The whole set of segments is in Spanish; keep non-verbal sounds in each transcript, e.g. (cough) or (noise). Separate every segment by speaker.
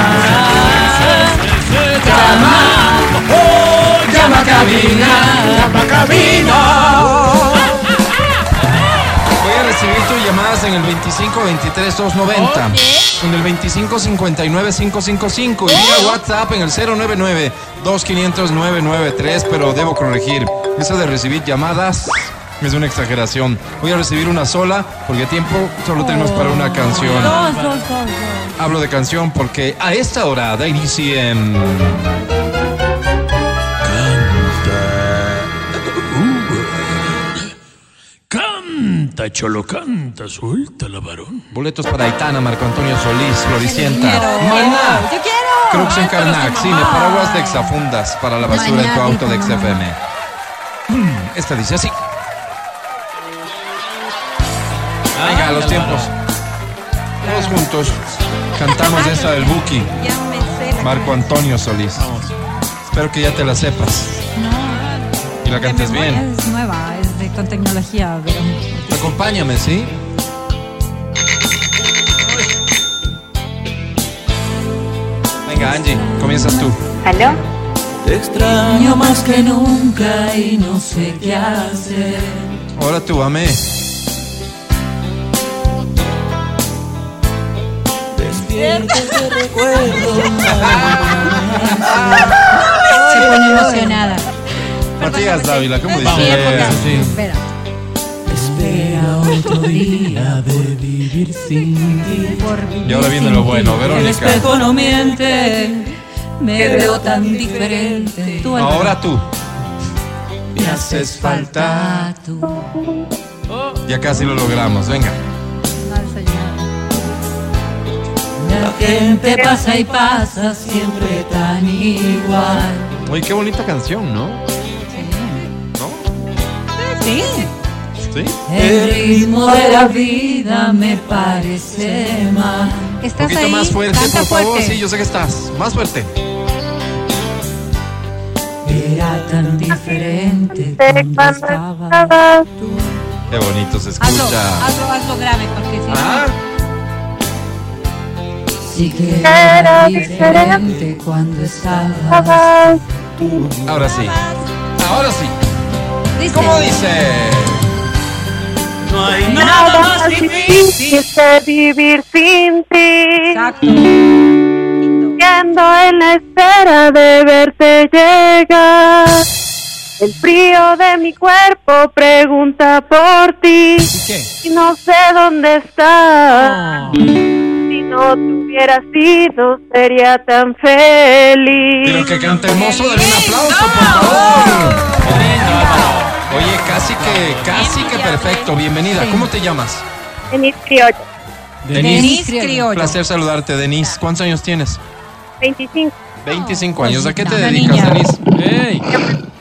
Speaker 1: cabina. Llama, oh, llama cabina, llama cabina.
Speaker 2: Voy a recibir tus llamadas en el 25 23 290, en el 25 59 555 y vía WhatsApp en el 099 2500 993, pero debo corregir, eso de recibir llamadas es una exageración. Voy a recibir una sola porque tiempo solo tenemos para una canción.
Speaker 3: Dos, dos, dos, dos.
Speaker 2: Hablo de canción porque a esta hora da inicio en...
Speaker 4: Canta, cholo, canta, suelta la varón.
Speaker 2: Boletos para Aitana, Marco Antonio Solís, Floricienta,
Speaker 3: Yo
Speaker 2: Maná,
Speaker 3: quiero.
Speaker 2: Crux en
Speaker 3: Ay, pero
Speaker 2: Carnac,
Speaker 3: su
Speaker 2: Cine,
Speaker 3: mamá.
Speaker 2: Paraguas de Exafundas para la basura en tu
Speaker 3: Ah. Mañana,
Speaker 2: auto de
Speaker 3: dijo
Speaker 2: XFM. Mm, Esta dice así. Venga, los tiempos. Todos juntos cantamos esta del Buki,
Speaker 3: Ya me sé la
Speaker 2: Marco
Speaker 3: canción.
Speaker 2: Antonio Solís. Espero que ya te la sepas y la
Speaker 3: No, de
Speaker 2: cantes
Speaker 3: memoria
Speaker 2: bien.
Speaker 3: Es nueva, es de, con tecnología, pero.
Speaker 2: Acompáñame, ¿sí? Venga, Angie, comienzas tú.
Speaker 5: ¿Aló?
Speaker 1: Te extraño.
Speaker 3: Yo más que nunca y no sé qué hacer.
Speaker 2: Ahora tú, amé.
Speaker 3: Se pone emocionada.
Speaker 2: Matías Dávila, ¿cómo
Speaker 3: Es mi época.
Speaker 2: dice?
Speaker 3: Espera.
Speaker 2: Y ahora viene lo bueno, Verónica.
Speaker 3: no miente, me veo tan diferente. Tú, Álvaro.
Speaker 2: Ahora tú.
Speaker 3: me haces falta tú.
Speaker 2: Ya casi lo logramos, venga.
Speaker 3: La gente pasa y pasa siempre tan igual.
Speaker 2: Uy, qué bonita canción, ¿no? ¿No?
Speaker 3: Sí. Eh,
Speaker 2: ¿Sí? Eh,
Speaker 3: El ritmo de la vida me parece mal.
Speaker 2: Un
Speaker 5: ¿Estás
Speaker 2: poquito
Speaker 5: ahí?
Speaker 2: más fuerte,
Speaker 5: Canta
Speaker 2: por favor.
Speaker 5: fuerte.
Speaker 2: Sí, yo sé que estás. Más fuerte.
Speaker 3: Era tan diferente
Speaker 5: Te
Speaker 3: cuando estaba
Speaker 5: conectabas.
Speaker 2: Qué bonito se
Speaker 3: Hazlo,
Speaker 2: escucha.
Speaker 3: hazlo, hazlo grave porque si
Speaker 2: Ah,
Speaker 3: no- sí que
Speaker 5: Era
Speaker 3: era
Speaker 5: diferente
Speaker 3: diferente cuando estaba.
Speaker 5: Estabas.
Speaker 2: ahora sí. Ahora sí.
Speaker 3: Dice,
Speaker 2: ¿Cómo dice?
Speaker 1: No hay
Speaker 5: Nada más difícil que vivir sin ti.
Speaker 3: Exacto.
Speaker 5: Yendo en la espera de verte llegar. El frío de mi cuerpo pregunta por ti.
Speaker 2: ¿Y qué?
Speaker 5: Y no sé dónde estás. Si no te hubieras ido, sería tan feliz.
Speaker 2: Pero que cante hermoso, dale un aplauso, por favor. Oye, casi que, casi que perfecto. Bienvenida. ¿Cómo te llamas?
Speaker 5: En mis criollos,
Speaker 3: Denise
Speaker 2: Un
Speaker 3: Criollo.
Speaker 2: placer saludarte, Denise. ¿Cuántos años tienes?
Speaker 5: 25.
Speaker 2: 25 años. ¿A qué te
Speaker 3: Una
Speaker 2: dedicas,
Speaker 3: Oh, pues niña.
Speaker 2: Denise?
Speaker 4: Ey,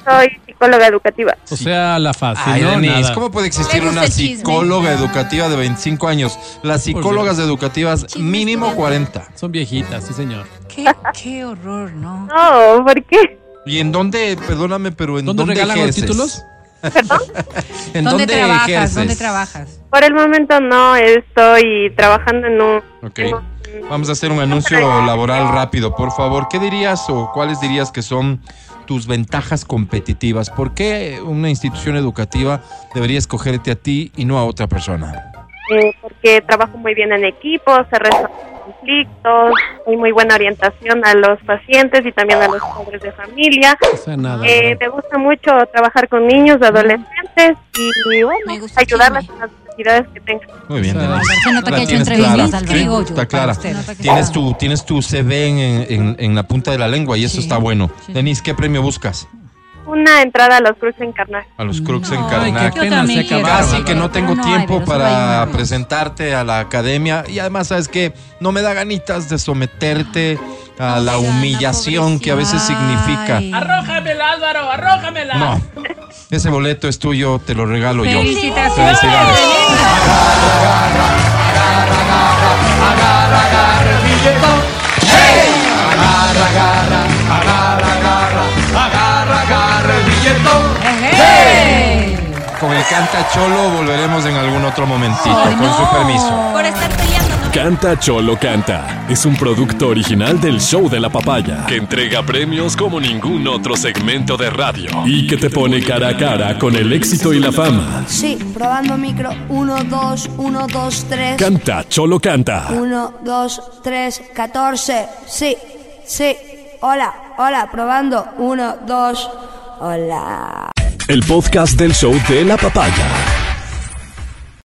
Speaker 5: Soy psicóloga educativa.
Speaker 4: o sea, la fácil,
Speaker 2: Ay,
Speaker 4: ¿no?
Speaker 2: Denise,
Speaker 4: Nada.
Speaker 2: ¿cómo puede existir
Speaker 3: Le gusta
Speaker 2: una
Speaker 3: el chisme.
Speaker 2: psicóloga educativa de 25 años?
Speaker 4: Pues
Speaker 2: Las psicólogas educativas mínimo 40.
Speaker 4: Son viejitas, sí, señor.
Speaker 3: Qué, qué horror, ¿no?
Speaker 5: No, ¿por qué?
Speaker 2: ¿Y en dónde, perdóname, pero en
Speaker 4: ¿Dónde
Speaker 2: dónde,
Speaker 4: regalan los
Speaker 2: ejerces?
Speaker 4: títulos?
Speaker 2: (laughs) ¿En
Speaker 3: ¿Dónde,
Speaker 2: dónde,
Speaker 3: trabajas?
Speaker 2: ejerces?
Speaker 3: ¿Dónde trabajas?
Speaker 5: Por el momento no, estoy trabajando en un...
Speaker 2: Ok. Vamos a hacer un anuncio laboral rápido, por favor. ¿Qué dirías o cuáles dirías que son tus ventajas competitivas? ¿Por qué una institución educativa debería escogerte a ti y no a otra persona?
Speaker 5: eh, porque trabajo muy bien en equipo, se resuelven conflictos, hay muy buena orientación a los pacientes y también a los padres de familia.
Speaker 4: O sea,
Speaker 6: Ah,
Speaker 4: nada.
Speaker 5: Eh,
Speaker 4: ¿verdad?
Speaker 5: me gusta mucho trabajar con niños, adolescentes y, y
Speaker 3: Me
Speaker 5: bueno,
Speaker 3: gusta el
Speaker 5: ayudarles
Speaker 3: chisme.
Speaker 5: en las necesidades que tengan.
Speaker 2: Muy bien,
Speaker 4: O sea,
Speaker 2: Denise.
Speaker 3: Se nota
Speaker 2: La
Speaker 3: que ha hecho
Speaker 2: tienes
Speaker 3: entrevistas
Speaker 2: clara,
Speaker 3: al
Speaker 2: sí,
Speaker 3: criollo.
Speaker 2: está
Speaker 3: para
Speaker 2: clara.
Speaker 3: usted. Se nota que
Speaker 2: Tienes
Speaker 3: está-
Speaker 2: tu, tienes tu CV en, en- en la punta de la lengua y eso
Speaker 3: Sí.
Speaker 2: está bueno.
Speaker 3: Sí.
Speaker 2: Denise, ¿qué premio buscas?
Speaker 5: Una entrada a los cruces en carnal.
Speaker 2: A los Crux en
Speaker 3: Ay,
Speaker 2: Karnak.
Speaker 3: qué Yo pena, también se quiero. acabaron.
Speaker 2: Casi que no tengo
Speaker 3: No,
Speaker 2: tiempo
Speaker 3: Álvaro, solo hay
Speaker 2: para
Speaker 3: uno.
Speaker 2: presentarte a la academia y además, ¿sabes que No me da ganitas de someterte a la
Speaker 3: Ay, Ana,
Speaker 2: humillación que a veces significa.
Speaker 3: Ay.
Speaker 7: Arrójamela, Álvaro, arrójamela.
Speaker 2: No, ese boleto es tuyo, te lo regalo yo.
Speaker 3: Felicitaciones.
Speaker 2: Felicidades.
Speaker 3: ¡Ey!
Speaker 2: Con el canta cholo volveremos en algún otro momentito,
Speaker 3: Ay,
Speaker 2: con
Speaker 3: no.
Speaker 2: su permiso.
Speaker 3: Por estar peleando, no
Speaker 6: Canta Cholo Canta es un producto original del show de la papaya que entrega premios como ningún otro segmento de radio y que te pone cara a cara con el éxito y la fama.
Speaker 8: Sí, probando micro. 1, 2, 1, 2, 3.
Speaker 6: Canta Cholo Canta.
Speaker 8: 1, 2, 3, 14. Sí, sí. Hola, hola, probando. 1, 2. Hola.
Speaker 6: El podcast del show de la papaya.